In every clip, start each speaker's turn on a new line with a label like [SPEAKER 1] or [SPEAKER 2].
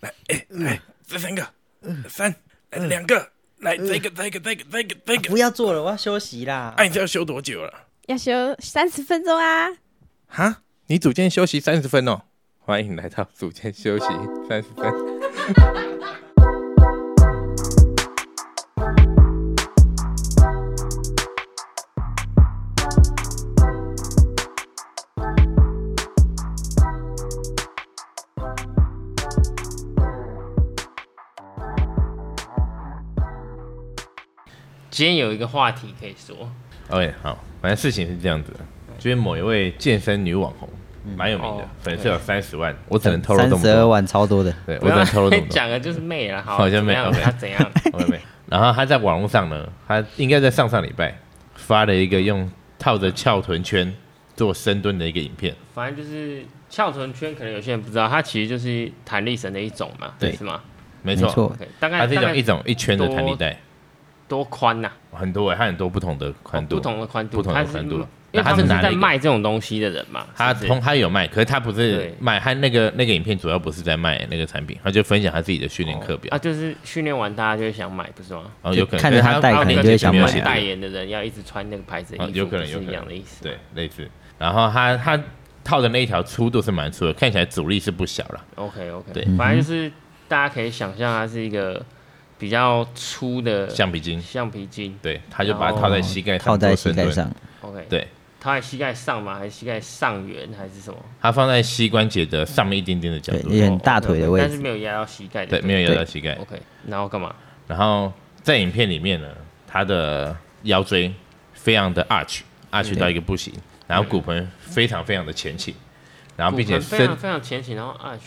[SPEAKER 1] 来，哎，来，这三个，三，来两个，来这个，这个，这个，这个，这个
[SPEAKER 2] 不。要做了，我要休息啦。
[SPEAKER 1] 哎，你这要休多久了？
[SPEAKER 3] 要休三十分钟啊！
[SPEAKER 1] 哈，你组间休息三十分哦。欢迎来到组间休息三十分。
[SPEAKER 4] 今天有一个话题可以说，
[SPEAKER 1] OK，好，反正事情是这样子的，就是某一位健身女网红，蛮有名的
[SPEAKER 4] 哦，
[SPEAKER 1] 粉丝有三十万，我只能透露这
[SPEAKER 2] 三
[SPEAKER 1] 么
[SPEAKER 2] 十二
[SPEAKER 1] 多，
[SPEAKER 2] 万超多的，
[SPEAKER 1] 对我
[SPEAKER 4] 不
[SPEAKER 1] 只
[SPEAKER 4] 要
[SPEAKER 1] 能透露这么 多。
[SPEAKER 4] 讲的就是妹了，好，
[SPEAKER 1] 好像妹
[SPEAKER 4] 怎么样
[SPEAKER 1] OK
[SPEAKER 4] 她怎样？
[SPEAKER 1] 我妹妹。然后她在网络上呢，她应该在上上礼拜发了一个用套着翘臀圈做深蹲的一个影片，
[SPEAKER 4] 反正就是翘臀圈，可能有些人不知道，它其实就是弹力绳的一种嘛，
[SPEAKER 1] 对
[SPEAKER 4] 是吗
[SPEAKER 1] 没
[SPEAKER 2] 没
[SPEAKER 1] 错，
[SPEAKER 2] 错，
[SPEAKER 4] ？OK，大概
[SPEAKER 1] 它是一
[SPEAKER 4] 大
[SPEAKER 1] 种一
[SPEAKER 4] 概
[SPEAKER 1] 种一圈的弹力带，
[SPEAKER 4] 多宽呐？
[SPEAKER 1] 很多哎，它很多不同的宽度，
[SPEAKER 4] 哦不同的宽度，
[SPEAKER 1] 不同的
[SPEAKER 4] 它是
[SPEAKER 1] 宽度
[SPEAKER 4] 因为他
[SPEAKER 1] 那它是
[SPEAKER 4] 们是
[SPEAKER 1] 拿了
[SPEAKER 4] 在
[SPEAKER 1] 一个
[SPEAKER 4] 卖这种东西的人嘛，
[SPEAKER 1] 他
[SPEAKER 4] 是不是
[SPEAKER 1] 通他有卖，可是他不是
[SPEAKER 4] 对
[SPEAKER 1] 卖，他那个那个影片主要不是在卖那个产品，他就分享他自己的训练课表
[SPEAKER 4] 啊，，就是训练完大家就会想买，不是吗？
[SPEAKER 1] 然后有可能
[SPEAKER 2] 看着
[SPEAKER 1] 可是
[SPEAKER 2] 他戴可能
[SPEAKER 1] 链
[SPEAKER 2] 就
[SPEAKER 1] 接
[SPEAKER 2] 会
[SPEAKER 1] 是
[SPEAKER 2] 想
[SPEAKER 1] 没
[SPEAKER 2] 买
[SPEAKER 1] 有
[SPEAKER 2] 啊
[SPEAKER 1] 写
[SPEAKER 4] 卖
[SPEAKER 1] 的
[SPEAKER 4] 代言的人要一直穿那个牌子的
[SPEAKER 1] 啊
[SPEAKER 4] 衣服，
[SPEAKER 1] 有可能
[SPEAKER 4] 不
[SPEAKER 1] 有
[SPEAKER 4] 是
[SPEAKER 1] 可
[SPEAKER 4] 一
[SPEAKER 1] 能
[SPEAKER 4] 样的意思。
[SPEAKER 1] 对，类似。然后他他套的那一条粗度是蛮粗的，看起来阻力是不小了。
[SPEAKER 4] ，OK OK，
[SPEAKER 1] 对嗯
[SPEAKER 4] 反正就是大家可以想象它是一个比较粗的
[SPEAKER 1] 橡皮筋，
[SPEAKER 4] 橡皮筋
[SPEAKER 1] 对，他就把它
[SPEAKER 4] 哦
[SPEAKER 1] 套在膝盖上，
[SPEAKER 2] 套在膝盖。上，
[SPEAKER 4] ，OK，
[SPEAKER 1] 对，
[SPEAKER 4] 套在膝盖上吗？还是膝盖上缘还是什么？
[SPEAKER 1] 他放在膝关节的上面一点点的角
[SPEAKER 2] 对，
[SPEAKER 1] 度，
[SPEAKER 2] 也很大腿的位
[SPEAKER 4] 哦但是
[SPEAKER 2] 置，
[SPEAKER 4] 没有压到膝盖的，
[SPEAKER 1] 对，没有压到膝盖。
[SPEAKER 4] OK，然后干嘛？
[SPEAKER 1] 然后在影片里面呢，他的腰椎非常的 arch，arch 到一个不行，
[SPEAKER 4] 嗯
[SPEAKER 1] 然后骨盆非常非常的前倾，然后啊并且
[SPEAKER 4] 骨盆哦非
[SPEAKER 1] 身
[SPEAKER 4] 常非常前倾，然后啊 arch，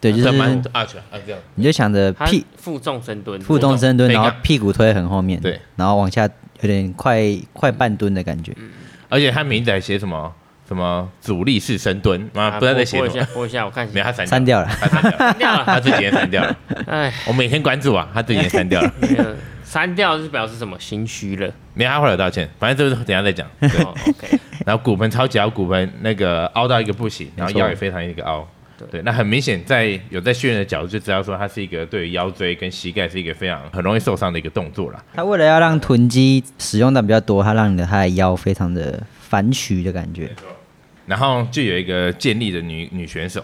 [SPEAKER 2] 对，就是
[SPEAKER 1] 对蛮 arch 啊这样，
[SPEAKER 2] 你就想着
[SPEAKER 4] 它
[SPEAKER 2] 屁
[SPEAKER 4] 负重深蹲，
[SPEAKER 2] 负重深蹲，
[SPEAKER 1] 背
[SPEAKER 2] 然
[SPEAKER 1] 杠
[SPEAKER 2] 后屁股推很后面，
[SPEAKER 1] 对，
[SPEAKER 2] 然后往下有点快快半蹲的感觉，
[SPEAKER 1] 嗯而且他名字还写什么什么阻力式深蹲，妈
[SPEAKER 4] 啊
[SPEAKER 1] 不知道在写
[SPEAKER 4] 播
[SPEAKER 1] 什
[SPEAKER 4] 播一
[SPEAKER 1] 么，
[SPEAKER 4] 下，播一下，我看一
[SPEAKER 1] 没有
[SPEAKER 4] 下。
[SPEAKER 1] 他删
[SPEAKER 2] 删 掉了，
[SPEAKER 1] 他删掉了，
[SPEAKER 4] 删掉了，
[SPEAKER 1] 他自己也删掉 了，
[SPEAKER 4] 哎，
[SPEAKER 1] 我每天关注啊，他自己也删掉了，
[SPEAKER 4] 没有哎删掉是表示什么？心虚 了。
[SPEAKER 1] 没有他后来有道歉，反正这个等一下再讲。
[SPEAKER 4] 哦 OK，
[SPEAKER 1] 然后骨盆超级凹，骨盆那个凹到一个不行，然后
[SPEAKER 2] 没错
[SPEAKER 1] 腰也非常一个凹。
[SPEAKER 4] 对
[SPEAKER 1] 对，那很明显，在有在训练的角度就知道说，它是一个对于腰椎跟膝盖是一个非常很容易受伤的一个动作啦。
[SPEAKER 2] 它为了要让臀肌使用的比较多，它让你的它的腰非常的反曲的感觉，
[SPEAKER 1] 然后就有一个健力的女女选手，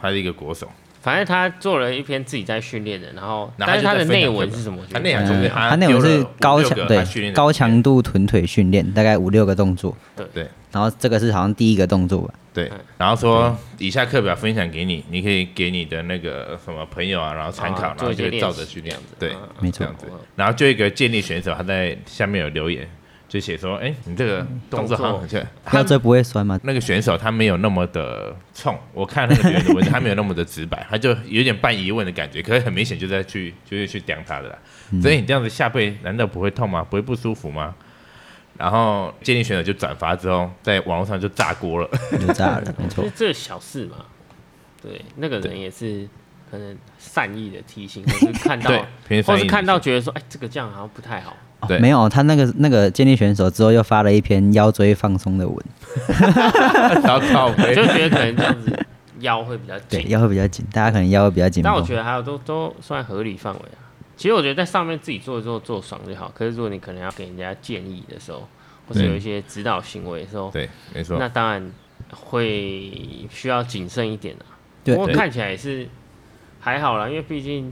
[SPEAKER 1] 她是一个国手，
[SPEAKER 4] 反正他做了一篇自己在训练的，然后
[SPEAKER 1] 然后
[SPEAKER 4] 但是
[SPEAKER 1] 他
[SPEAKER 4] 他
[SPEAKER 1] 就
[SPEAKER 4] 的
[SPEAKER 1] 在分
[SPEAKER 4] 内
[SPEAKER 1] 享
[SPEAKER 4] 文
[SPEAKER 1] 这个
[SPEAKER 4] 是什么？我觉
[SPEAKER 1] 他
[SPEAKER 4] 得
[SPEAKER 1] 内涵
[SPEAKER 4] 不
[SPEAKER 1] 总
[SPEAKER 4] 太
[SPEAKER 1] 之
[SPEAKER 2] 嗯，
[SPEAKER 1] 他
[SPEAKER 2] 它那种
[SPEAKER 1] 丢了
[SPEAKER 2] 是高
[SPEAKER 1] 五六
[SPEAKER 2] 强
[SPEAKER 1] 个他训
[SPEAKER 2] 对
[SPEAKER 1] 练的
[SPEAKER 2] 高
[SPEAKER 1] 影片
[SPEAKER 2] 强度臀腿训练，大概五六个动作，
[SPEAKER 4] 对
[SPEAKER 1] 对
[SPEAKER 2] 然后这个是好像第一个动作吧，
[SPEAKER 1] 对，然后说以下课表分享给你，你可以给你的那个什么朋友啊，然后参考，
[SPEAKER 4] 啊
[SPEAKER 1] 然
[SPEAKER 4] 做
[SPEAKER 1] 后
[SPEAKER 4] 一
[SPEAKER 1] 就会
[SPEAKER 4] 些练
[SPEAKER 1] 照着
[SPEAKER 4] 习
[SPEAKER 1] 去
[SPEAKER 4] 这
[SPEAKER 1] 练
[SPEAKER 4] 样。子。
[SPEAKER 1] 对，
[SPEAKER 4] 嗯
[SPEAKER 2] 没错
[SPEAKER 1] 这样子。然后就一个健力选手，他在下面有留言，就写说：“哎、你这个
[SPEAKER 4] 嗯
[SPEAKER 1] 动作好像很像。”
[SPEAKER 2] 腰
[SPEAKER 1] 他
[SPEAKER 2] 椎不会酸吗？
[SPEAKER 1] 那个选手他没有那么的冲，我看那个留言的文字，他没有那么的直白，他就有点半疑问的感觉，可是很明显就在去就是去刁他的啦。
[SPEAKER 4] 嗯
[SPEAKER 1] 所以你这样子下背难道不会痛吗？不会不舒服吗？然后健力选手就转发之后，在网络上就炸锅了。
[SPEAKER 2] 就炸了，没
[SPEAKER 4] 就
[SPEAKER 2] 错
[SPEAKER 4] 是，这小事嘛。对，那个人也是可能善意的提醒，或是 看
[SPEAKER 1] 对
[SPEAKER 4] 到，
[SPEAKER 1] 偏善
[SPEAKER 4] 哦或
[SPEAKER 1] 意的
[SPEAKER 4] 是看
[SPEAKER 1] 提
[SPEAKER 4] 到
[SPEAKER 1] 醒
[SPEAKER 4] 觉得说，哎，这个这样好像不太好。
[SPEAKER 1] 对
[SPEAKER 2] 哦没有他那个那个健力选手之后又发了一篇腰椎放松的文，
[SPEAKER 1] 然后靠背
[SPEAKER 4] 就觉得可能这样子腰会比较
[SPEAKER 2] 对，
[SPEAKER 4] 紧。
[SPEAKER 2] 腰会比较紧，大家可能腰会比较紧绷。
[SPEAKER 4] 但我觉得还有都都算合理范围啊。其实我觉得在上面自己做的时候做爽就好，可是如果你可能要给人家建议的时候，或者
[SPEAKER 1] 对
[SPEAKER 4] 有一些指导行为的时候，
[SPEAKER 1] 对，没错
[SPEAKER 4] 那。当然会需要谨慎一点啊。
[SPEAKER 2] 对
[SPEAKER 4] 不过
[SPEAKER 1] 对
[SPEAKER 4] 看起来也是还好啦，因为毕竟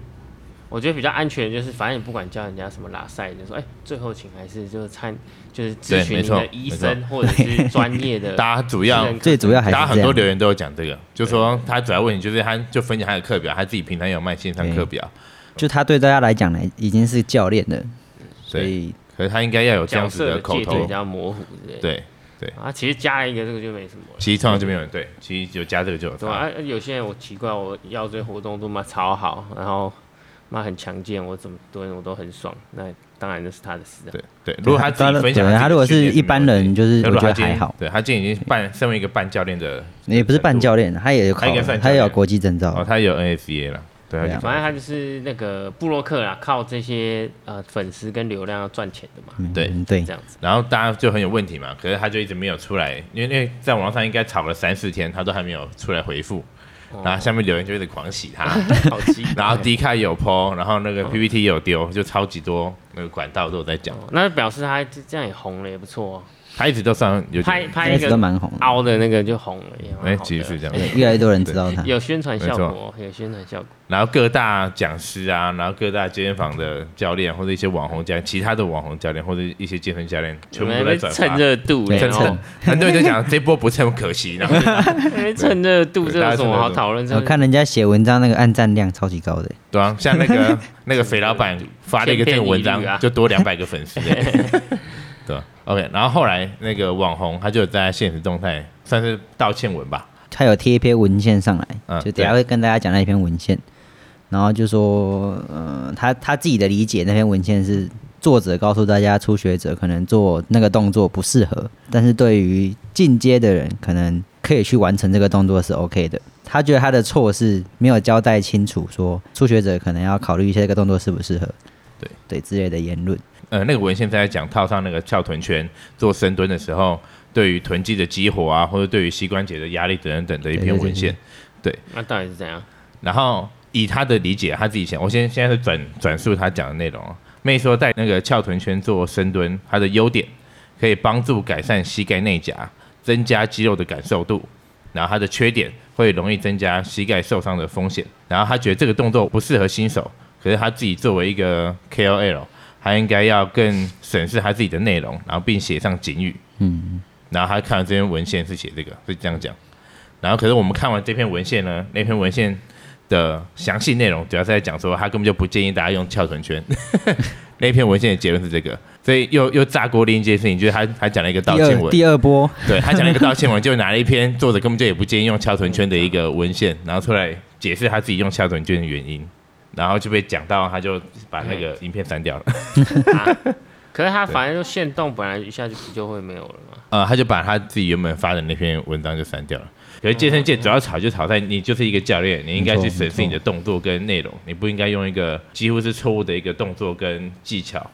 [SPEAKER 4] 我觉得比较安全，就是反正你不管叫人家什么拉塞，就说哎、最后请还是就是参就是咨
[SPEAKER 1] 对
[SPEAKER 4] 询
[SPEAKER 1] 没
[SPEAKER 4] 你
[SPEAKER 1] 错
[SPEAKER 4] 的
[SPEAKER 1] 没
[SPEAKER 4] 医
[SPEAKER 1] 错
[SPEAKER 4] 生或者是专业 的
[SPEAKER 1] 大家主
[SPEAKER 4] 私
[SPEAKER 1] 要
[SPEAKER 4] 人科
[SPEAKER 2] 最主要还
[SPEAKER 1] 大
[SPEAKER 2] 是
[SPEAKER 1] 家很
[SPEAKER 2] 这
[SPEAKER 1] 多
[SPEAKER 2] 样。
[SPEAKER 1] 留言都有讲这个，就说他主要问题就是他就分享他的课表，他自己平常也有卖线上
[SPEAKER 2] 对
[SPEAKER 1] 课表，
[SPEAKER 2] 就他对大家来讲呢，已经是教练了，所
[SPEAKER 1] 对，
[SPEAKER 2] 以
[SPEAKER 1] 可是他应该要有这
[SPEAKER 4] 角
[SPEAKER 1] 样子
[SPEAKER 4] 色的
[SPEAKER 1] 口
[SPEAKER 4] 界定
[SPEAKER 1] 头
[SPEAKER 4] 比，较模糊之类的。
[SPEAKER 1] 对。
[SPEAKER 4] 啊，其实加了一个这个就没什么了。
[SPEAKER 1] 其实通常就没有人对，其实有加这个就有
[SPEAKER 4] 对
[SPEAKER 1] 差。
[SPEAKER 4] 啊，啊有些人我奇怪，我腰椎活动度嘛超好，然后嘛很强健，我怎么蹲我都很爽，那当然那是他的事啊。
[SPEAKER 1] 对对，如果他自己分享自己的
[SPEAKER 2] 对啊
[SPEAKER 1] 训练没有问题，
[SPEAKER 2] 他如果是一般人，就是
[SPEAKER 1] 那
[SPEAKER 2] 我
[SPEAKER 1] 如果他
[SPEAKER 2] 觉得
[SPEAKER 1] 今天
[SPEAKER 2] 还好，
[SPEAKER 1] 对他今天已经 半身为一个半教练的，
[SPEAKER 2] 也不是半教练，他也有考
[SPEAKER 1] 他应该算，
[SPEAKER 2] 他也
[SPEAKER 1] 教
[SPEAKER 2] 有
[SPEAKER 1] 练
[SPEAKER 2] 国际证
[SPEAKER 1] 哦，
[SPEAKER 2] 照。
[SPEAKER 1] 他有 NSA 了，对，他
[SPEAKER 2] 对啊
[SPEAKER 1] 就
[SPEAKER 4] 反正他就是那个布洛克啦，啊靠这些呃粉丝跟流量要赚钱的嘛，
[SPEAKER 2] 嗯
[SPEAKER 1] 对
[SPEAKER 2] 嗯对
[SPEAKER 4] 这，样子。
[SPEAKER 1] 然后大家就很有问题嘛，可是他就一直没有出来，因为因为在网络上应该吵了三四天，他都还没有出来回复。
[SPEAKER 4] 哦
[SPEAKER 1] 然后下面留言就一直狂洗他，
[SPEAKER 4] 好奇怪。
[SPEAKER 1] 然后 D 卡有 PO，然后那个 PPT 也有丢，就超级多那个管道都有在讲，
[SPEAKER 4] 哦那就表示他这样也红了，也不错哦。
[SPEAKER 1] 他一直都上有
[SPEAKER 4] 拍拍
[SPEAKER 2] 一
[SPEAKER 4] 一
[SPEAKER 2] 直都
[SPEAKER 4] 个
[SPEAKER 2] 蛮红的，
[SPEAKER 4] 凹的那个就红了，也蛮
[SPEAKER 1] 哎，
[SPEAKER 4] 好
[SPEAKER 1] 其实
[SPEAKER 4] 的。
[SPEAKER 1] 是这样
[SPEAKER 2] 对，越来越多人知道他。
[SPEAKER 4] 有宣传效
[SPEAKER 1] 没
[SPEAKER 4] 果，有宣传效果。
[SPEAKER 1] 然后各大讲师啊，然后各大健身房的教练或者一些网红教练，其他的网红教练或者一些健身教练，全部
[SPEAKER 4] 我
[SPEAKER 1] 都在
[SPEAKER 4] 们
[SPEAKER 1] 转
[SPEAKER 4] 趁
[SPEAKER 1] 发。
[SPEAKER 4] 热哦度，
[SPEAKER 2] 对
[SPEAKER 4] 然后
[SPEAKER 2] 趁
[SPEAKER 1] 很多人就讲这波不趁可惜，然后就
[SPEAKER 4] 趁热度
[SPEAKER 1] 对
[SPEAKER 4] 这有什么好讨论？
[SPEAKER 2] 我看人家写文章那个按赞量超级高的，
[SPEAKER 1] 对啊，像那个那个肥老板发了一个这个文
[SPEAKER 4] 千篇一律
[SPEAKER 1] 章，
[SPEAKER 4] 啊
[SPEAKER 1] 就多两百个粉 丝、对啊，OK，然后后来那个网红他就有在现实动态算是道歉文吧，
[SPEAKER 2] 他有贴一篇文献上来，
[SPEAKER 1] 嗯
[SPEAKER 2] 就等一下会跟大家讲那一篇文献，然后就说，呃，他他自己的理解那篇文献是作者告诉大家，初学者可能做那个动作不适合，但是对于进阶的人，可能可以去完成这个动作是 OK 的。他觉得他的错是没有交代清楚说初学者可能要考虑一下这个动作适不适合，
[SPEAKER 1] 对
[SPEAKER 2] 对之类的言论。
[SPEAKER 1] 呃，那个文献在讲套上那个翘臀圈做深蹲的时候，对于臀肌的激活啊，或者对于膝关节的压力等等等的一篇文献。
[SPEAKER 4] 那到底是怎样？
[SPEAKER 1] 然后以他的理解，他自己想，我现现在是转转述他讲的内容哦。妹说，在那个翘臀圈做深蹲，它的优点可以帮助改善膝盖内夹，增加肌肉的感受度。然后它的缺点会容易增加膝盖受伤的风险。然后他觉得这个动作不适合新手，可是他自己作为一个 KOL，他应该要更审视他自己的内容，然后并写上警语。
[SPEAKER 2] 嗯，
[SPEAKER 1] 然后他看了这篇文献是写这个，是这样讲。然后可是我们看完这篇文献呢，那篇文献的详细内容主要是在讲说，他根本就不建议大家用翘臀圈。那篇文献的结论是这个，所以又又炸锅另一件事情，就是他他讲了一个道
[SPEAKER 2] 第
[SPEAKER 1] 歉
[SPEAKER 2] 二
[SPEAKER 1] 文，
[SPEAKER 2] 第二波，
[SPEAKER 1] 对他讲了一个道歉文，就拿了一篇作者根本就也不建议用翘臀圈的一个文献，然后出来解释他自己用翘臀圈的原因，然后就被讲到，他就把那个影片删掉了。
[SPEAKER 4] 可是他反正就限动，本来一下就不就会没有了嘛。
[SPEAKER 1] 呃，他就把他自己原本发的那篇文章就删掉了。可是健身界主要吵就吵在你就是一个教练，你应该去审视你的动作跟内容，你不应该用一个几乎是错误的一个动作跟技巧，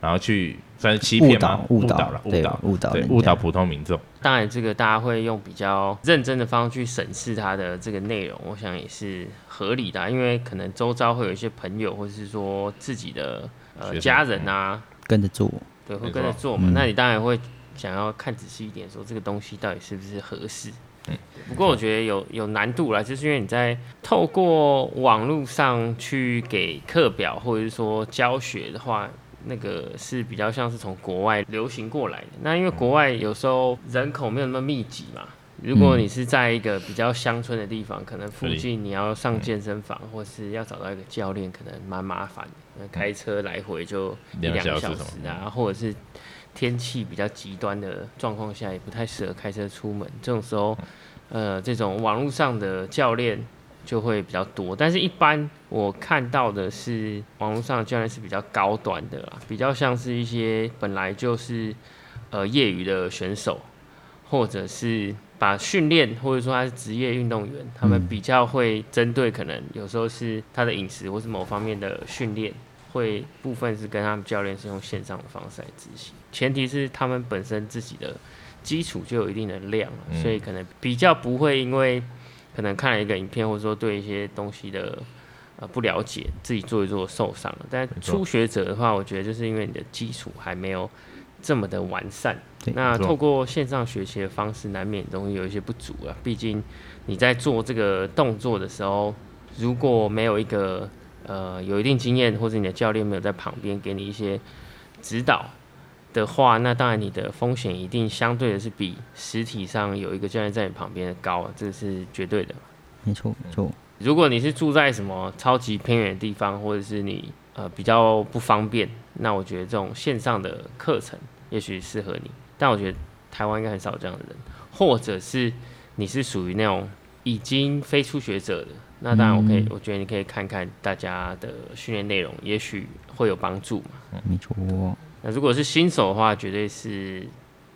[SPEAKER 1] 然后去算是欺骗吗？
[SPEAKER 2] 误导误
[SPEAKER 1] 误
[SPEAKER 2] 导
[SPEAKER 1] 导了，误
[SPEAKER 2] 对
[SPEAKER 1] 导，
[SPEAKER 2] 误导
[SPEAKER 1] 对，
[SPEAKER 2] 人家
[SPEAKER 1] 误导普通民众。
[SPEAKER 4] 当然，这个大家会用比较认真的方式去审视它的这个内容，我想也是合理的啊、因为可能周遭会有一些朋友，或是说自己的呃
[SPEAKER 1] 学生
[SPEAKER 4] 家人啊，
[SPEAKER 2] 跟着做，
[SPEAKER 4] 对，会
[SPEAKER 1] 没
[SPEAKER 4] 跟着
[SPEAKER 1] 错
[SPEAKER 4] 做嘛。那你当然会想要看仔细一点，说这个东西到底是不是合适。
[SPEAKER 1] 嗯
[SPEAKER 4] 不过我觉得有有难度啦，就是因为你在透过网络上去给课表或者是说教学的话，那个是比较像是从国外流行过来的。那因为国外有时候人口没有那么密集嘛，如果你是在一个比较乡村的地方，可能附
[SPEAKER 1] 对
[SPEAKER 4] 近你要
[SPEAKER 1] 嗯
[SPEAKER 4] 上健身房或是要找到一个教练，可能蛮麻烦的。那开车来回就一
[SPEAKER 1] 两
[SPEAKER 4] 两
[SPEAKER 1] 个
[SPEAKER 4] 个
[SPEAKER 1] 小
[SPEAKER 4] 小
[SPEAKER 1] 时
[SPEAKER 4] 时啊，或者是天气比较极端的状况下，也不太适合开车出门。这种时候，
[SPEAKER 1] 嗯
[SPEAKER 4] 呃，这种网络上的教练就会比较多，但是一般我看到的是网络上的教练是比较高端的啦，比较像是一些本来就是呃业余的选手，或者是把训练或者说他是职业运动员，他们比较会针对可能有时候是他的饮食或是某方面的训练。会部分是跟他们教练是用线上的方式来执行，前提是他们本身自己的基础就有一定的量了，
[SPEAKER 1] 嗯
[SPEAKER 4] 所以可能比较不会因为可能看了一个影片，或者说对一些东西的呃不了解，自己做一做受伤了。但
[SPEAKER 1] 没错
[SPEAKER 4] 初学者的话，我觉得就是因为你的基础还没有这么的完善
[SPEAKER 2] 对，
[SPEAKER 4] 那
[SPEAKER 1] 没错
[SPEAKER 4] 透过线上学习的方式，难免容易有一些不足啊。毕竟你在做这个动作的时候，如果没有一个呃有一定经验，或者你的教练没有在旁边给你一些指导的话，那当然你的风险一定相对的是比实体上有一个教练在你旁边的高啊，这是绝对的。
[SPEAKER 2] 没错没错，
[SPEAKER 4] 如果你是住在什么超级偏远的地方，或者是你呃比较不方便，那我觉得这种线上的课程也许适合你。但我觉得台湾应该很少有这样的人，或者是你是属于那种已经非初学者的，那当然我可以，我觉得你可以看看大家的训练内容，也许会有帮助嘛。
[SPEAKER 2] 没错。
[SPEAKER 4] 那如果是新手的话，绝对是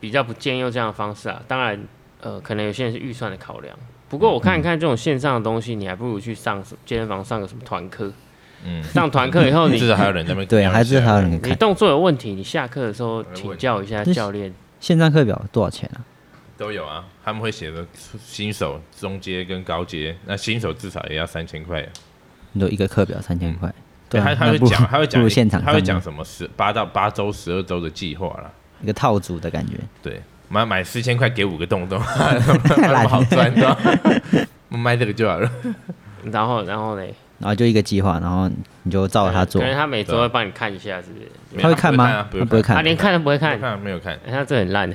[SPEAKER 4] 比较不建议用这样的方式啊。当然，呃，可能有些人是预算的考量。不过我看一看这种线上的东西，你还不如去上什健身房上个什么团课。
[SPEAKER 1] 嗯
[SPEAKER 4] 上团课以 后你，
[SPEAKER 1] 至
[SPEAKER 4] 你
[SPEAKER 1] 少还有人在那边
[SPEAKER 2] 对，
[SPEAKER 1] 聊一
[SPEAKER 2] 还是
[SPEAKER 1] 下
[SPEAKER 2] 还有人看
[SPEAKER 4] 动作有问题，你下课的时候
[SPEAKER 1] 问
[SPEAKER 4] 请教一下
[SPEAKER 2] 这是
[SPEAKER 4] 教练。
[SPEAKER 2] 线上课表多少钱啊？
[SPEAKER 1] 都有啊，他们会写的新手、中阶跟高阶，那新手至少也要三千块啊。
[SPEAKER 2] 你说一个课表三千块，对啊
[SPEAKER 1] 他他
[SPEAKER 2] 那
[SPEAKER 1] 会
[SPEAKER 2] 不如
[SPEAKER 1] 讲， 他会
[SPEAKER 2] 不
[SPEAKER 1] 讲
[SPEAKER 2] 如现场
[SPEAKER 1] 他会
[SPEAKER 2] 上
[SPEAKER 1] 讲
[SPEAKER 2] 面
[SPEAKER 1] 什么十八到八周、十二周的计划啦。
[SPEAKER 2] 一个套组的感觉，
[SPEAKER 1] 对，买买四千块给五个洞 洞，那么好赚的，我卖这个就好了。
[SPEAKER 4] 然后然后嘞，
[SPEAKER 2] 然后就一个计划，然后你就照着他做
[SPEAKER 4] 可。能他每
[SPEAKER 1] 对
[SPEAKER 4] 周
[SPEAKER 1] 啊
[SPEAKER 4] 会帮你看一下，是不是？
[SPEAKER 1] 没有
[SPEAKER 2] 他会看吗？
[SPEAKER 1] 不
[SPEAKER 2] 他不会
[SPEAKER 1] 会看
[SPEAKER 4] 他
[SPEAKER 2] 看。
[SPEAKER 4] 连看都不会
[SPEAKER 1] 啊，
[SPEAKER 4] 看
[SPEAKER 1] 没有，看没有看。
[SPEAKER 4] 哎他这很烂的。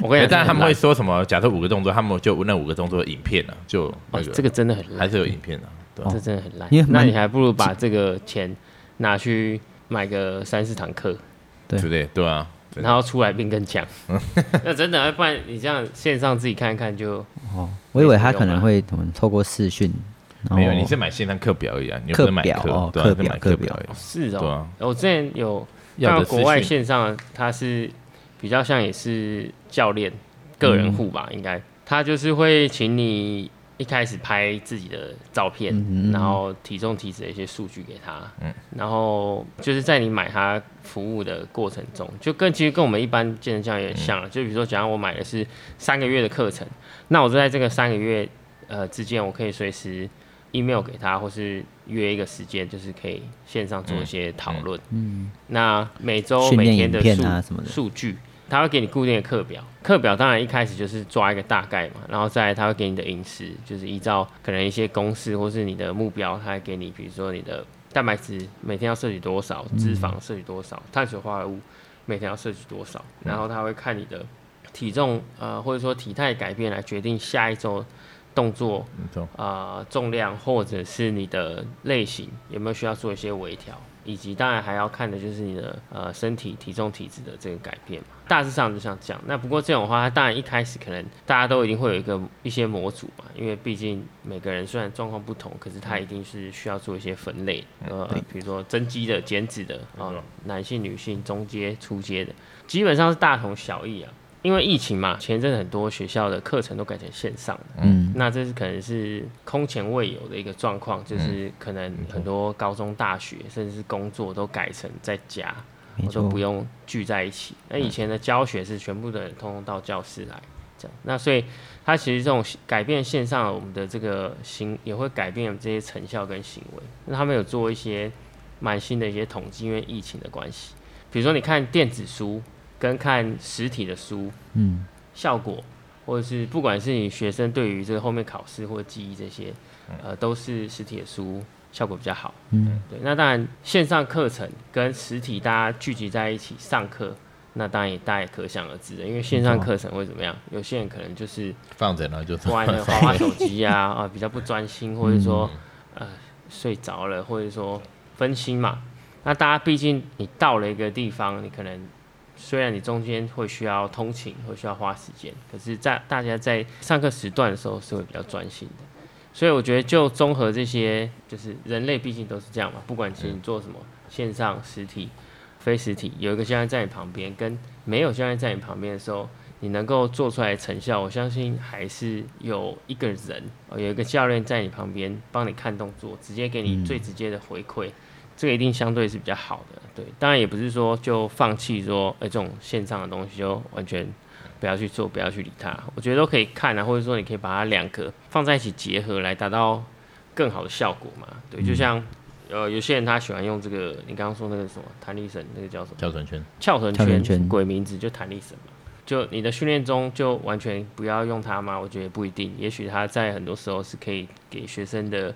[SPEAKER 4] 我跟你
[SPEAKER 1] 对
[SPEAKER 4] 讲，
[SPEAKER 1] 但他们会
[SPEAKER 4] 这
[SPEAKER 1] 说什么？假设五个动作，他们就那五个动作的影片啊，就那个、
[SPEAKER 4] 很烂哦，这个真的很
[SPEAKER 1] 还
[SPEAKER 4] 烂，
[SPEAKER 1] 是有影片啊。对啊
[SPEAKER 2] 哦
[SPEAKER 4] 这真的很烂
[SPEAKER 2] 因为。蛮
[SPEAKER 4] 那你还不如把这个钱拿去买个三四堂课，
[SPEAKER 2] 对
[SPEAKER 1] 之类，对啊，对
[SPEAKER 4] 然后出来变更 强。那真的，不然你这样线上自己看一看就
[SPEAKER 2] 哦，我以为他可能会怎么透过视讯，然后
[SPEAKER 1] 没有，你是买线上课表而已啊，你又不
[SPEAKER 2] 哦课
[SPEAKER 1] 是买
[SPEAKER 2] 表
[SPEAKER 1] 课，
[SPEAKER 2] 哦
[SPEAKER 1] 对、啊，
[SPEAKER 2] 课
[SPEAKER 1] 是
[SPEAKER 2] 表
[SPEAKER 1] 买
[SPEAKER 2] 课
[SPEAKER 1] 课
[SPEAKER 2] 表
[SPEAKER 1] 表而已。
[SPEAKER 4] 是
[SPEAKER 1] 对
[SPEAKER 4] 哦
[SPEAKER 1] 啊。
[SPEAKER 4] 我之前有
[SPEAKER 1] 要
[SPEAKER 4] 到
[SPEAKER 1] 的
[SPEAKER 4] 国外
[SPEAKER 1] 资讯
[SPEAKER 4] 线上，他是比较像也是教练个人户
[SPEAKER 1] 嗯
[SPEAKER 4] 吧，应该他就是会请你一开始拍自己的照片，
[SPEAKER 2] 嗯嗯嗯
[SPEAKER 4] 然后体重、体脂的一些数据给他，
[SPEAKER 1] 嗯
[SPEAKER 4] 然后就是在你买他服务的过程中，就跟其实跟我们一般健身教练有点
[SPEAKER 1] 嗯
[SPEAKER 4] 像了，啊就比如说，假如我买的是三个月的课程，那我就在这个三个月呃之间，我可以随时 email 给他，或是约一个时间，就是可以线上做一些讨论。
[SPEAKER 2] 嗯，
[SPEAKER 4] 那每周
[SPEAKER 2] 训
[SPEAKER 4] 每
[SPEAKER 2] 练
[SPEAKER 4] 天
[SPEAKER 2] 影
[SPEAKER 4] 的
[SPEAKER 2] 片
[SPEAKER 4] 数
[SPEAKER 2] 啊什么的
[SPEAKER 4] 数据，他会给你固定的课表。课表当然一开始就是抓一个大概嘛，然后再来他会给你的饮食，就是依照可能一些公式或是你的目标，他会给你比如说你的蛋白质每天要摄取多少，
[SPEAKER 2] 嗯
[SPEAKER 4] 脂肪摄取多少，碳水化合物每天要摄取多少，
[SPEAKER 2] 嗯
[SPEAKER 4] 然后他会看你的体重呃或者说体态改变来决定下一周动作
[SPEAKER 1] 你嗯懂
[SPEAKER 4] 啊、重量或者是你的类型有没有需要做一些微调，以及当然还要看的就是你的呃身体体重体脂的这个改变嘛。大致上就像这样。那不过这种的话，它当然一开始可能大家都一定会有一个一些模组嘛，因为毕竟每个人虽然状况不同，可是他一定是需要做一些分类，呃，比如说增肌的、减脂的啊、男性、女性、中阶、初阶的，基本上是大同小异啊。因为疫情嘛，前一阵子很多学校的课程都改成线上了。
[SPEAKER 2] 嗯，
[SPEAKER 4] 那这是可能是空前未有的一个状况，
[SPEAKER 2] 嗯
[SPEAKER 4] 就是可能很多高中、大学甚至是工作都改成在家，
[SPEAKER 2] 没
[SPEAKER 4] 我都
[SPEAKER 2] 错嗯
[SPEAKER 4] 不。用聚在一起。那以前的教学是全部的人通通到教室来，这样。那所以它其实这种改变线上我们的这个行，也会改变这些成效跟行为。那他们有做一些蛮新的一些统计，因为疫情的关系，比如说你看电子书跟看实体的书，
[SPEAKER 2] 嗯，
[SPEAKER 4] 效果，或者是不管是你学生对于这个后面考试或记忆这些，呃，都是实体的书效果比较好。
[SPEAKER 2] 嗯，
[SPEAKER 4] 对。那当然，线上课程跟实体大家聚集在一起上课，那当然也大家也可想而知的，因为线上课程会怎么样？有些人可能就是
[SPEAKER 1] 放着呢，就
[SPEAKER 4] 突然的滑滑手机啊，啊，比较不专心，或者说呃睡着了，或者说分心嘛。那大家毕竟你到了一个地方，你可能虽然你中间会需要通勤，会需要花时间，可是在大家在上课时段的时候是会比较专心的。所以我觉得，就综合这些，就是人类毕竟都是这样嘛，不管其实你做什么，线上、实体、非实体，有一个教练在你旁边，跟没有教练在你旁边的时候，你能够做出来的成效，我相信还是有一个人，呃有一个教练在你旁边帮你看动作，直接给你最直接的回馈，这个一定相对是比较好的。对，当然也不是说就放弃说，哎、这种线上的东西就完全不要去做，不要去理它。我觉得都可以看啊，或者说你可以把它两个放在一起结合，来达到更好的效果嘛。对，就像呃，有些人他喜欢用这个，你刚刚说那个什么弹力绳，那个叫什么？
[SPEAKER 1] 跳转圈，
[SPEAKER 4] 翘臀
[SPEAKER 2] 翘臀
[SPEAKER 4] 圈、
[SPEAKER 2] 圈
[SPEAKER 4] 鬼名字就弹力绳嘛。就你的训练中就完全不要用它吗？我觉得不一定，也许它在很多时候是可以给学生的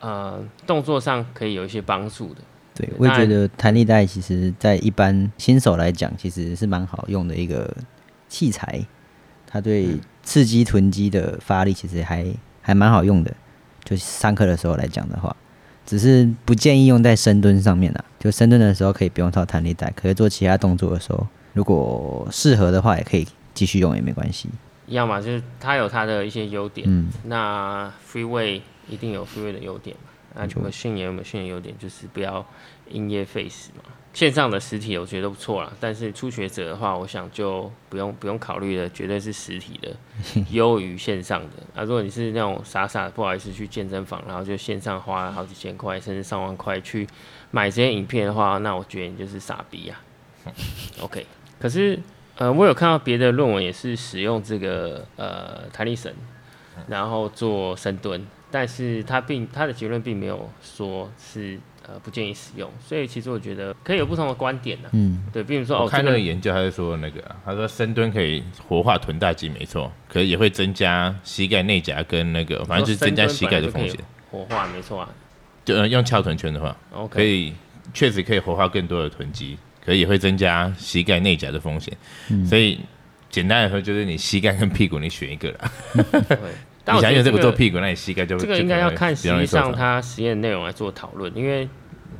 [SPEAKER 4] 呃动作上可以有一些帮助的。
[SPEAKER 2] 对，
[SPEAKER 4] 对
[SPEAKER 2] 我也觉
[SPEAKER 4] 当然
[SPEAKER 2] 得弹力带其实，在一般新手来讲，其实是蛮好用的一个器材，它
[SPEAKER 1] 嗯
[SPEAKER 2] 对刺激臀肌的发力其实还还蛮好用的。就上课的时候来讲的话，只是不建议用在深蹲上面啊。就深蹲的时候可以不用套弹力带，可是做其他动作的时候，如果适合的话，也可以继续用，也没关系。
[SPEAKER 4] 要么就是它有它的一些优点，
[SPEAKER 2] 嗯，
[SPEAKER 4] 那 freeway 一定有 freeway 的优点嘛，那
[SPEAKER 2] 没错
[SPEAKER 4] m a c h i n 也有 m a c h i n 的优点，就是不要因噎废食嘛。线上的实体我觉得都不错啦，但是初学者的话，我想就不用不用考虑了，绝对是实体的优于线上的。啊，如果你是那种傻傻的不好意思去健身房，然后就线上花好几千块甚至上万块去买这些影片的话，那我觉得你就是傻逼啊。OK，可是呃，我有看到别的论文也是使用这个呃弹力绳，然后做深蹲，但是他并他的结论并没有说是呃不建议使用，所以其实我觉得可以有不同的观点呢、
[SPEAKER 2] 嗯，
[SPEAKER 4] 对，比如说
[SPEAKER 1] 我
[SPEAKER 4] 哦，
[SPEAKER 1] 看
[SPEAKER 4] 这
[SPEAKER 1] 那
[SPEAKER 4] 个
[SPEAKER 1] 个研究，他就说那个啊，他说深蹲可以活化臀大肌，没错，可是也会增加膝盖内夹跟那
[SPEAKER 4] 哦
[SPEAKER 1] 个，反正就是增加膝盖的风险。
[SPEAKER 4] 活化，没错啊。
[SPEAKER 1] 就、呃、用翘臀圈的话，
[SPEAKER 4] OK，
[SPEAKER 1] 可以确实可以活化更多的臀肌，可是也会增加膝盖内夹的风险。
[SPEAKER 4] 嗯
[SPEAKER 1] 所以简单来说，就是你膝盖跟屁股你选一个啦。
[SPEAKER 4] 对。但
[SPEAKER 1] 你
[SPEAKER 4] 我
[SPEAKER 1] 想
[SPEAKER 4] 觉
[SPEAKER 1] 用
[SPEAKER 4] 得
[SPEAKER 1] 这
[SPEAKER 4] 这
[SPEAKER 1] 个
[SPEAKER 4] 个
[SPEAKER 1] 做屁股，那你膝盖就
[SPEAKER 4] 这
[SPEAKER 1] 就
[SPEAKER 4] 个
[SPEAKER 1] 可
[SPEAKER 4] 应该要
[SPEAKER 1] 能
[SPEAKER 4] 看
[SPEAKER 1] 比
[SPEAKER 4] 实
[SPEAKER 1] 较容易
[SPEAKER 4] 际
[SPEAKER 1] 受
[SPEAKER 4] 上
[SPEAKER 1] 伤
[SPEAKER 4] 它实验内容来做讨论，因为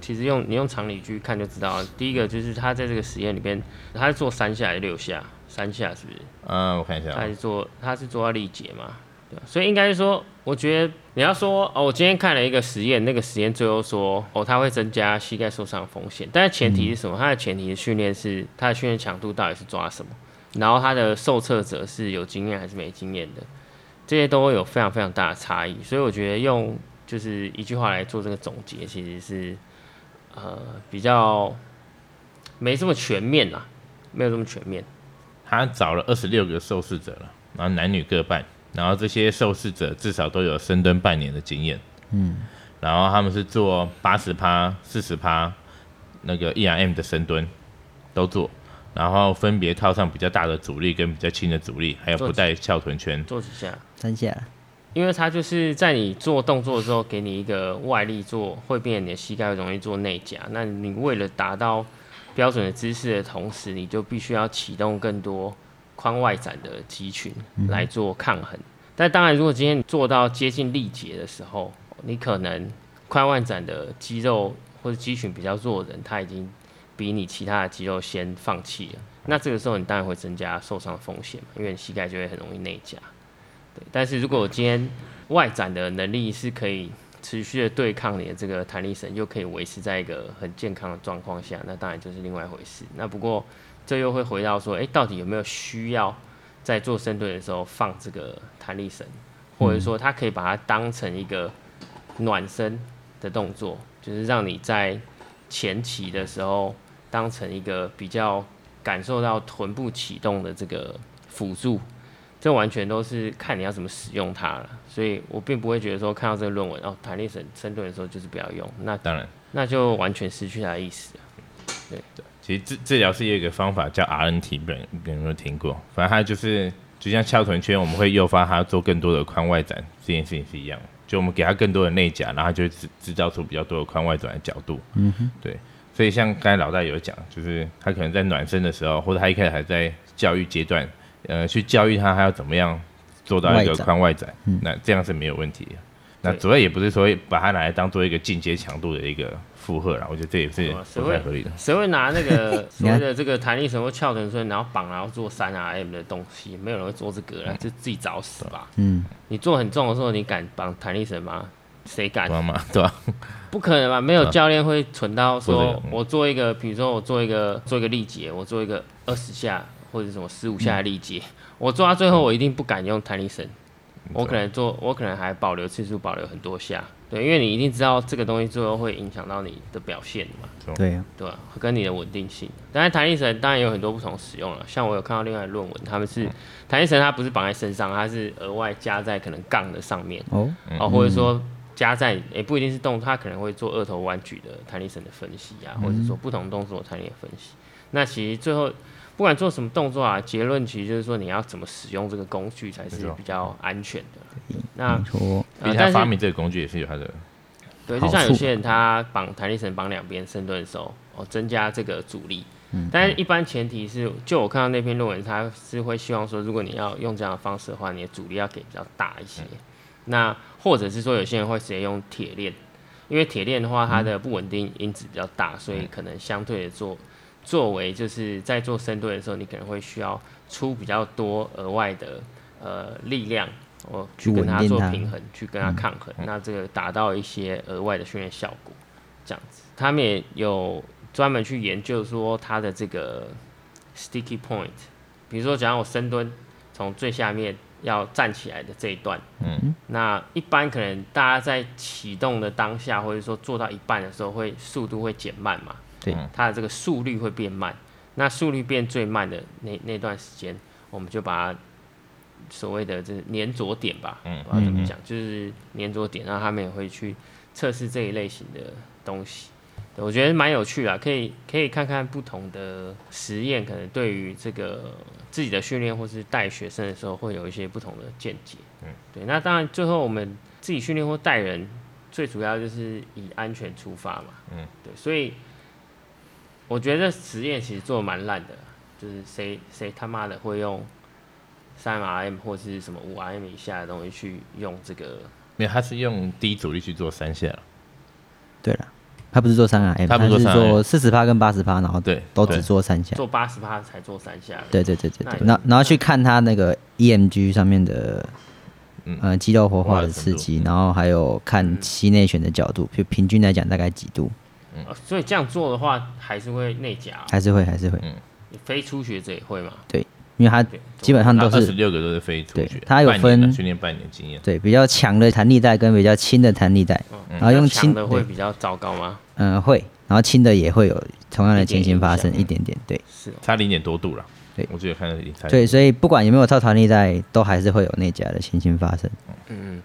[SPEAKER 4] 其实用你用常理去看就知道了。第一个就是他在这个实验里边，他是做三下还是六下？三下是不是？
[SPEAKER 1] 嗯，我看一下
[SPEAKER 4] 他
[SPEAKER 1] 啊，
[SPEAKER 4] 是做他是做到力竭嘛？对啊，所以应该是说，我觉得你要说哦，我今天看了一个实验，那个实验最后说哦，它会增加膝盖受伤的风险，但是前提是什么？它的前提是训练是它的训练强度到底是抓什么，然后它的受测者是有经验还是没经验的，这些都会有非常非常大的差异。所以我觉得用就是一句话来做这个总结，其实是呃比较没这么全面啦，没有这么全面。
[SPEAKER 1] 他找了二十六个受试者了，然后男女各半，然后这些受试者至少都有深蹲半年的经验，嗯，然后他们是做八十趴、四十趴那个 ERM 的深蹲都做，然后分别套上比较大的阻力跟比较轻的阻力，还有
[SPEAKER 4] 做
[SPEAKER 1] 不带翘臀圈，
[SPEAKER 4] 做几下。
[SPEAKER 2] 三下啦，
[SPEAKER 4] 因为它就是在你做动作的时候，给你一个外力做，会变得你的膝盖会容易做内夹。那你为了达到标准的姿势的同时，你就必须要启动更多髋外展的肌群来做抗衡。但当然，如果今天你做到接近力竭的时候，你可能髋外展的肌肉或者肌群比较弱的人，他已经比你其他的肌肉先放弃了。那这个时候，你当然会增加受伤风险嘛，因为你膝盖就会很容易内夹。对，但是如果我今天外展的能力是可以持续的对抗你的这个弹力绳，又可以维持在一个很健康的状况下，那当然就是另外一回事。那不过这又会回到说，诶，哎到底有没有需要在做深蹲的时候放这个弹力绳，或者说它可以把它当成一个暖身的动作，就是让你在前期的时候当成一个比较感受到臀部启动的这个辅助。这完全都是看你要怎么使用它了。所以我并不会觉得说看到这个论文哦，弹力绳深蹲的时候就是不要用，那
[SPEAKER 1] 当然。
[SPEAKER 4] 那就完全失去它的意思了。
[SPEAKER 1] 其实治治疗是有一个方法叫 RNT，不知道你有没有听过？反正它就是就像翘臀圈，我们会诱发它做更多的髋外展，这件事情是一样的。就我们给它更多的内夹，然后它就会制制造出比较多的髋外转的角度。嗯哼，对。所以像刚才老大有讲，就是他可能在暖身的时候，或者他一开始还在教育阶段，呃，去教育他他要怎么样做到一个
[SPEAKER 2] 外展
[SPEAKER 1] 髋外展，那这样是没有问题的。那主要也不是说把它拿来当做一个进阶强度的一个负荷啦，我觉得这也是
[SPEAKER 4] 对啊谁
[SPEAKER 1] 不
[SPEAKER 4] 会
[SPEAKER 1] 太合理的。
[SPEAKER 4] 谁会拿那 个
[SPEAKER 2] 你
[SPEAKER 4] 所
[SPEAKER 2] 看
[SPEAKER 4] 谓的这个弹力绳或翘臀绳，然后绑然后做三 RM 的东西？没有人会做这个啦，就自己找死吧。
[SPEAKER 2] 嗯，
[SPEAKER 4] 你做很重的时候，你敢绑弹力绳吗？谁敢？
[SPEAKER 1] 妈妈对吧、
[SPEAKER 4] 不可能吧？没
[SPEAKER 2] 啊
[SPEAKER 4] 有教练会存到
[SPEAKER 1] 做这
[SPEAKER 4] 说
[SPEAKER 1] 个嗯，
[SPEAKER 4] 我做一个，比如说我做一个做一个力竭，我做一个二十下或者什么十五
[SPEAKER 2] 嗯
[SPEAKER 4] 下的力竭，我做到最后我一定不敢用弹力绳，我可能做，我可能还保留次数保留很多下，对，因为你一定知道这个东西最后会影响到你的表现嘛，
[SPEAKER 2] 对啊，
[SPEAKER 4] 对吧、跟你的稳定性。当然弹力绳当然有很多不同使用了，像我有看到另外的论文，他们
[SPEAKER 1] 嗯
[SPEAKER 4] 是弹力绳它不是绑在身上，它是额外加在可能杠的上面。
[SPEAKER 2] 哦，
[SPEAKER 1] 嗯
[SPEAKER 4] 哦，或者说加在也、不一定是动作，他可能会做二头弯举的弹力绳的分析啊，或者
[SPEAKER 1] 嗯
[SPEAKER 4] 说不同动作的弹力的分析。那其实最后不管做什么动作啊，结论其实就是说你要怎么使用这个工具才
[SPEAKER 1] 没
[SPEAKER 4] 是
[SPEAKER 1] 错嗯
[SPEAKER 4] 比较安全的。那
[SPEAKER 2] 没错，
[SPEAKER 1] 毕
[SPEAKER 4] 呃，
[SPEAKER 1] 竟他
[SPEAKER 4] 但
[SPEAKER 1] 发
[SPEAKER 4] 是
[SPEAKER 1] 明这个工具也是有他的，
[SPEAKER 4] 对，
[SPEAKER 2] 好
[SPEAKER 4] 就像有
[SPEAKER 2] 处
[SPEAKER 4] 些人他绑弹力绳绑两边深蹲的时候，哦，增加这个阻力。
[SPEAKER 2] 嗯
[SPEAKER 4] 但是一般前提是，就我看到那篇论文，他是会希望说，如果你要用这样的方式的话，你的阻力要给比较大一些。
[SPEAKER 2] 嗯
[SPEAKER 4] 那或者是说，有些人会直接用铁链，因为铁链的话，它
[SPEAKER 2] 嗯
[SPEAKER 4] 的不稳定因子比较大，所以可能相对的做作为就是在做深蹲的时候，你可能会需要出比较多额外的呃力量，哦，去跟它
[SPEAKER 2] 去稳定嗯
[SPEAKER 4] 做
[SPEAKER 2] 它
[SPEAKER 4] 平衡，去跟它抗衡，那这个达到一些额外的训练效果，这样子。他们也有专门去研究说它的这个 sticky point，比如说，假如我深蹲从最下面要站起来的这一段，
[SPEAKER 1] 嗯，
[SPEAKER 4] 那一般可能大家在启动的当下，或者说做到一半的时候会速度会减慢嘛，
[SPEAKER 2] 对，
[SPEAKER 4] 它的这个速率会变慢。那速率变最慢的那那段时间，我们就把它所谓的这粘着点吧，
[SPEAKER 1] 嗯
[SPEAKER 4] 不知道怎么
[SPEAKER 2] 嗯
[SPEAKER 4] 讲，就是粘着点，然后他们也会去测试这一类型的东西。对我觉得蛮有趣啊，可以可以看看不同的实验，可能对于这个自己的训练或是带学生的时候，会有一些不同的见解。
[SPEAKER 1] 嗯，
[SPEAKER 4] 对。那当然，最后我们自己训练或带人，最主要就是以安全出发嘛。
[SPEAKER 1] 嗯，
[SPEAKER 4] 对。所以我觉得实验其实做的蛮烂的，就是谁谁他妈的会用三 RM 或是什么五 RM 以下的东西去用这个？
[SPEAKER 1] 没有，他是用低阻力去做三线了，啊
[SPEAKER 2] 对了，他不是做三 RM，
[SPEAKER 1] 他不是做
[SPEAKER 2] 是
[SPEAKER 1] 3RM
[SPEAKER 2] 做四十趴跟八十趴，然后
[SPEAKER 1] 对
[SPEAKER 2] 都
[SPEAKER 1] 对
[SPEAKER 2] 只做三下。
[SPEAKER 4] 做八十趴才做三下而已。
[SPEAKER 2] 对对对对对，
[SPEAKER 4] 那
[SPEAKER 2] 然后然后去看他那个 EMG 上面的，
[SPEAKER 1] 嗯
[SPEAKER 2] 呃，肌肉活
[SPEAKER 1] 活化
[SPEAKER 2] 化
[SPEAKER 1] 的
[SPEAKER 2] 的刺激
[SPEAKER 1] 程，
[SPEAKER 2] 然后还有看
[SPEAKER 4] 嗯
[SPEAKER 2] 膝内旋的角度，就平均来讲大概几度，
[SPEAKER 4] 呃所以这样做的话，还是会内夹哦、
[SPEAKER 2] 还是会还是会，
[SPEAKER 4] 你非初学者也会嘛？
[SPEAKER 2] 因为他
[SPEAKER 4] 对，
[SPEAKER 2] 基本上都
[SPEAKER 1] 二十
[SPEAKER 2] 是
[SPEAKER 1] 六个都是非初
[SPEAKER 2] 对
[SPEAKER 1] 学，
[SPEAKER 2] 他有
[SPEAKER 1] 半年啊
[SPEAKER 2] 分
[SPEAKER 1] 训练半年经验，
[SPEAKER 2] 对比较强的弹力带跟比较轻的弹力带，然后用
[SPEAKER 4] 强
[SPEAKER 2] 轻
[SPEAKER 4] 的会比较糟糕吗？
[SPEAKER 2] 嗯会，然后轻的也会有同样的情形发生
[SPEAKER 4] 一
[SPEAKER 2] 一点点，对
[SPEAKER 4] 是哦，
[SPEAKER 1] 差零点多度了。
[SPEAKER 2] 对
[SPEAKER 1] 我记得看到已经差
[SPEAKER 2] 对，所以不管有没有套弹力带，都还是会有内夹的情形发生，
[SPEAKER 4] 嗯，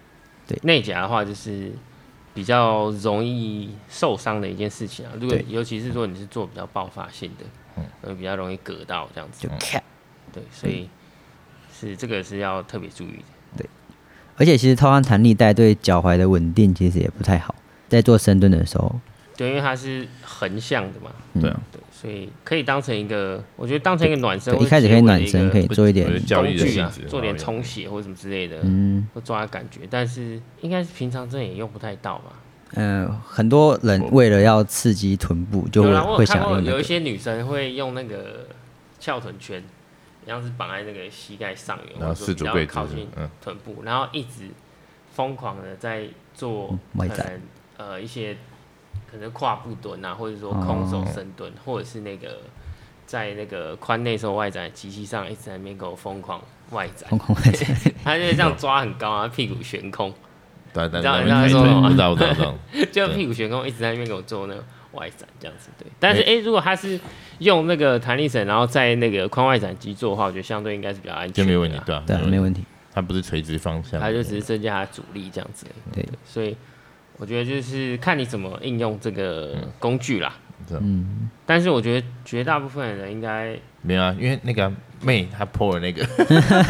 [SPEAKER 2] 对
[SPEAKER 4] 内夹的话就是比较容易受伤的一件事情啊。如果
[SPEAKER 2] 对
[SPEAKER 4] 尤其是如果你是做比较爆发性的，嗯，会比较容易割到这样子
[SPEAKER 2] 就。咔。
[SPEAKER 4] 对，所以是这个是要特别注意的。
[SPEAKER 2] 而且其实套上弹力带对脚踝的稳定其实也不太好，在做深蹲的时候，
[SPEAKER 4] 对，因为它是横向的嘛，
[SPEAKER 1] 对
[SPEAKER 2] 嗯
[SPEAKER 1] 啊，
[SPEAKER 4] 对，所以可以当成一个，我觉得当成一个暖身
[SPEAKER 2] 对，
[SPEAKER 4] 或者
[SPEAKER 2] 一开始可以
[SPEAKER 4] 结尾的
[SPEAKER 2] 暖
[SPEAKER 4] 一
[SPEAKER 2] 身，
[SPEAKER 4] 个
[SPEAKER 2] 可以做一点
[SPEAKER 1] 我觉得教
[SPEAKER 4] 工
[SPEAKER 1] 育的
[SPEAKER 4] 具
[SPEAKER 1] 性
[SPEAKER 4] 啊
[SPEAKER 1] 质，
[SPEAKER 4] 做点
[SPEAKER 1] 很好
[SPEAKER 4] 充血或什么之类的，
[SPEAKER 2] 嗯
[SPEAKER 4] 或抓感觉，但是应该是平常真的也用不太到吧。
[SPEAKER 2] 嗯、呃很多人为了要刺激臀部，就
[SPEAKER 4] 有
[SPEAKER 2] 会
[SPEAKER 4] 啦，我有
[SPEAKER 2] 会
[SPEAKER 4] 看
[SPEAKER 2] 想
[SPEAKER 4] 过
[SPEAKER 2] 用那
[SPEAKER 4] 有一
[SPEAKER 2] 个。
[SPEAKER 4] 些女生会用那个翘臀圈，像是绑在那个膝盖上缘，
[SPEAKER 1] 然后
[SPEAKER 4] 或者说
[SPEAKER 1] 四
[SPEAKER 4] 比
[SPEAKER 1] 足
[SPEAKER 4] 较
[SPEAKER 1] 跪姿
[SPEAKER 4] 靠近
[SPEAKER 1] 嗯
[SPEAKER 4] 臀部，然后一直疯狂的在做可
[SPEAKER 2] 嗯外展
[SPEAKER 4] 能呃一些可能跨步蹲啊，或者说空手深蹲，或者是那个在那个髋内收外展的机器上一直在那边给我疯狂外展
[SPEAKER 2] 空，空外 展
[SPEAKER 4] 他就这样抓很高啊，屁股悬空，
[SPEAKER 1] 对对对，
[SPEAKER 4] 你知道
[SPEAKER 1] 我
[SPEAKER 4] 你知道
[SPEAKER 1] 知
[SPEAKER 4] 说啊
[SPEAKER 1] 道
[SPEAKER 4] 什么吗
[SPEAKER 1] 嗯我知道我知道我知 道，
[SPEAKER 4] 就屁股悬空一直在那边给我做那个外展这样子，对。但是哎、诶如果他是用那个弹力绳，然后在那个髋外展机做的话，我觉得相对应该是比较安全
[SPEAKER 1] 就
[SPEAKER 4] 的啦，
[SPEAKER 1] 没问题，对吧？
[SPEAKER 2] 对啊，没
[SPEAKER 1] 题，
[SPEAKER 2] 问题。
[SPEAKER 1] 它不是垂直方向，
[SPEAKER 4] 他就只是增加他的阻力这样子而已，
[SPEAKER 2] 对
[SPEAKER 4] 所以我觉得就是看你怎么应用这个
[SPEAKER 1] 嗯
[SPEAKER 4] 工具啦。
[SPEAKER 1] 对
[SPEAKER 4] 嗯，但是我觉得绝大部分人 应该，
[SPEAKER 1] 没有啊，因为那个啊妹她 PO 了那个，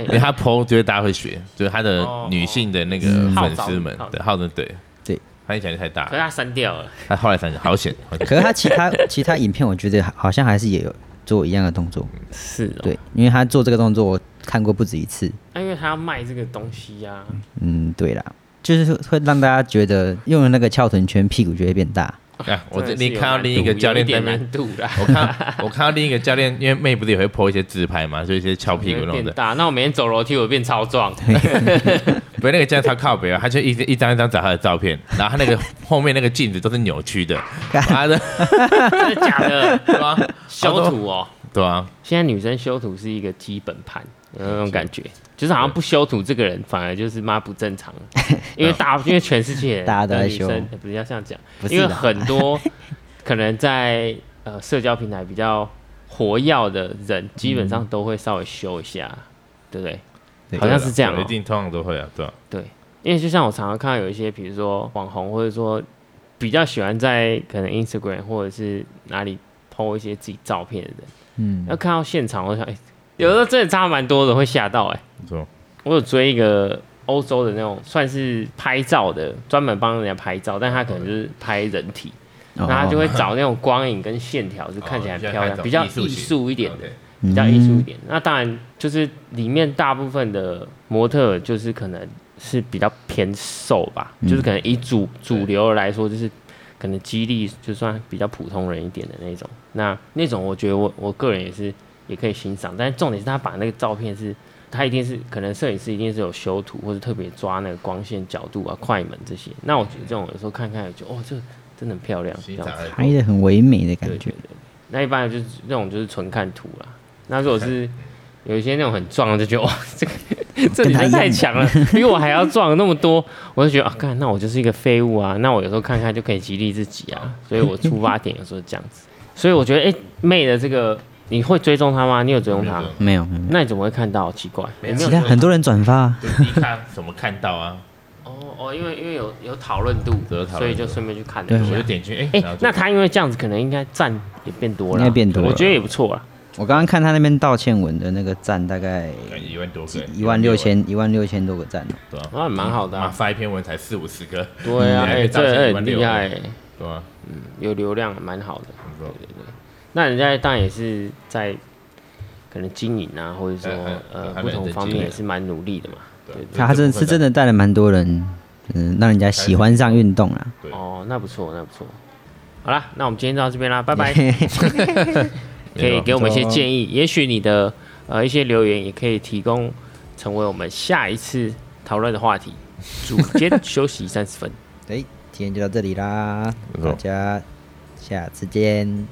[SPEAKER 1] 因为
[SPEAKER 4] 哎
[SPEAKER 1] 她 PO 就是大家会学，就是她的
[SPEAKER 4] 哦
[SPEAKER 1] 女性的那个
[SPEAKER 4] 嗯
[SPEAKER 1] 粉丝们
[SPEAKER 4] 号召力
[SPEAKER 1] 对号召对
[SPEAKER 2] 对，
[SPEAKER 1] 她影响力太大
[SPEAKER 4] 可是
[SPEAKER 1] 了，
[SPEAKER 4] 他删掉了，
[SPEAKER 1] 她后来想想好险，好险
[SPEAKER 2] 可是他其他其他影片，我觉得好像还是也有做一样的动作，
[SPEAKER 4] 是哦、
[SPEAKER 2] 对，因为他做这个动作我看过不止一次。
[SPEAKER 4] 那啊因为他要卖这个东西呀、
[SPEAKER 2] 嗯，对啦，就是会让大家觉得用了那个翘臀圈，屁股就会变大。
[SPEAKER 1] 啊！我这
[SPEAKER 4] 真的
[SPEAKER 1] 你
[SPEAKER 4] 是有
[SPEAKER 1] 看到
[SPEAKER 4] 难
[SPEAKER 1] 另一
[SPEAKER 4] 度
[SPEAKER 1] 个教
[SPEAKER 4] 有
[SPEAKER 1] 练
[SPEAKER 4] 一
[SPEAKER 1] 在
[SPEAKER 4] 点
[SPEAKER 1] 那边，
[SPEAKER 4] 难度啦，
[SPEAKER 1] 我看到我看到另一个教练，因为妹不是也会 PO 一些自拍嘛，就一些翘 屁股那种
[SPEAKER 4] 变
[SPEAKER 1] 的，
[SPEAKER 4] 大。那我每天走楼梯，我变 超壮。
[SPEAKER 1] 不是那个教练超靠北啊，他就一直一张一张找他的照片，然后他那 个后面那个镜子都是扭曲的，妈的，
[SPEAKER 4] 真的假的？
[SPEAKER 1] 对啊吧？
[SPEAKER 4] 修图哦，
[SPEAKER 1] 对啊，
[SPEAKER 4] 现在女生修图是一个基本盘，有
[SPEAKER 2] 哎
[SPEAKER 4] 那种感觉，就是好像不修图，这个人反而就是妈不正常， 因为大，因为全世界
[SPEAKER 2] 大家都在修
[SPEAKER 4] 的女生，呃不是要这样讲，
[SPEAKER 2] 不是
[SPEAKER 4] 因为
[SPEAKER 2] 啦
[SPEAKER 4] 很 多可能在呃社交平台比较活跃的人，基本
[SPEAKER 2] 嗯
[SPEAKER 4] 上都会稍微修一下，对不对？
[SPEAKER 2] 对
[SPEAKER 4] 好像是这样哦
[SPEAKER 1] 一定通常都会啊，对啊，
[SPEAKER 4] 对，因为就像我常常看到有一些，比如说网红，或者说比较喜欢在可能 Instagram 或者是哪里 PO 一些自己照片的人，
[SPEAKER 2] 嗯，
[SPEAKER 4] 要看到现场，我想，哎、有时候真的差蛮多的，会吓到、哎，
[SPEAKER 1] 没错，
[SPEAKER 4] 我有追一个欧洲的那种，算是拍照的，专门帮人家拍照，但他可能就是拍人体，
[SPEAKER 2] 哦
[SPEAKER 4] 那他就会找那种光影跟线条，就看起来
[SPEAKER 1] 哦
[SPEAKER 4] 很漂亮，比较艺术一点的。比较艺术一点。那当然就是里面大部分的模特儿就是可能是比较偏瘦吧，就是可能以主主流来说，就是可能肌力就算比较普通人一点的那种。那那种我觉得我我个人也是也可以欣赏，但是重点是他把那个照片是。他一定是可能摄影师一定是有修图或者特别抓那个光线角度啊、快门这些。那我觉得这种有时候看看就觉得哦，这个真的很漂亮，这
[SPEAKER 1] 欣
[SPEAKER 4] 样
[SPEAKER 1] 赏
[SPEAKER 4] 子。哎
[SPEAKER 1] 还
[SPEAKER 2] 拍的很唯美的感
[SPEAKER 4] 对
[SPEAKER 2] 觉
[SPEAKER 4] 对。对，那一般就是那种就是纯看图啦。那如果是有一些那种很壮的，就觉得哇， 这个这女
[SPEAKER 2] 他
[SPEAKER 4] 生
[SPEAKER 2] 一样
[SPEAKER 4] 太强了，比我还要壮那么多，我就觉得啊，干，那我就是一个废物啊。那我有时候看看就可以激励自己啊，所以我出发点有时候这样子。所以我觉得，哎、妹的这个你会追踪他吗？你有追踪他？
[SPEAKER 2] 没有没有，
[SPEAKER 4] 那你怎么会看到？奇怪，
[SPEAKER 1] 没
[SPEAKER 4] 你
[SPEAKER 1] 有
[SPEAKER 4] 没
[SPEAKER 2] 其他
[SPEAKER 4] 有追
[SPEAKER 2] 很多人转发啊，
[SPEAKER 1] 就你看怎么看到啊？
[SPEAKER 4] 哦哦，因为因为有有讨论度
[SPEAKER 1] 有讨论，度
[SPEAKER 4] 所以就顺便去看了
[SPEAKER 2] 对
[SPEAKER 4] 一
[SPEAKER 1] 我就
[SPEAKER 4] 下。
[SPEAKER 1] 点进去，哎、
[SPEAKER 4] 哎、
[SPEAKER 1] 然后就
[SPEAKER 4] 那他因为这样子，可能应该赞也变多了啊，
[SPEAKER 2] 应该变多了
[SPEAKER 4] 我觉得也不错啊。
[SPEAKER 2] 我刚刚看他那边道歉文的那个赞，大概
[SPEAKER 1] 一万多个，
[SPEAKER 2] 一万六，千一万六千多个赞，啊
[SPEAKER 1] 对吧、
[SPEAKER 4] 那蛮好的
[SPEAKER 1] 啊，
[SPEAKER 4] 啊，
[SPEAKER 1] 发一篇文才四五十个，
[SPEAKER 4] 对
[SPEAKER 1] 嗯
[SPEAKER 4] 啊，
[SPEAKER 1] 你还
[SPEAKER 4] 哎、
[SPEAKER 1] 可以
[SPEAKER 4] 这
[SPEAKER 1] 道歉
[SPEAKER 4] 哎
[SPEAKER 1] 一
[SPEAKER 4] 很
[SPEAKER 1] 万六
[SPEAKER 4] 厉害、哎
[SPEAKER 1] 对吧、啊？
[SPEAKER 4] 有流量蛮好的。
[SPEAKER 1] 很多
[SPEAKER 4] 那人家当然也是在可能经营啊，或者说
[SPEAKER 1] 嗯嗯
[SPEAKER 4] 呃
[SPEAKER 1] 他们
[SPEAKER 4] 不同
[SPEAKER 1] 在
[SPEAKER 4] 方
[SPEAKER 1] 经
[SPEAKER 4] 面
[SPEAKER 1] 营
[SPEAKER 4] 也是蛮努力的嘛。对对
[SPEAKER 2] 他真的是真的带了蛮多人，嗯，让人家喜欢上运动啊啦。
[SPEAKER 1] 对
[SPEAKER 4] 哦，那不错，那不错。好啦，那我们今天到这边啦，拜 拜。 可以给我们一些建议，也许你的呃一些留言也可以提供成为我们下一次讨论的 话题。组间休息三十分。
[SPEAKER 2] 哎，今天就到这里啦
[SPEAKER 1] 没，错
[SPEAKER 2] 大家下次见。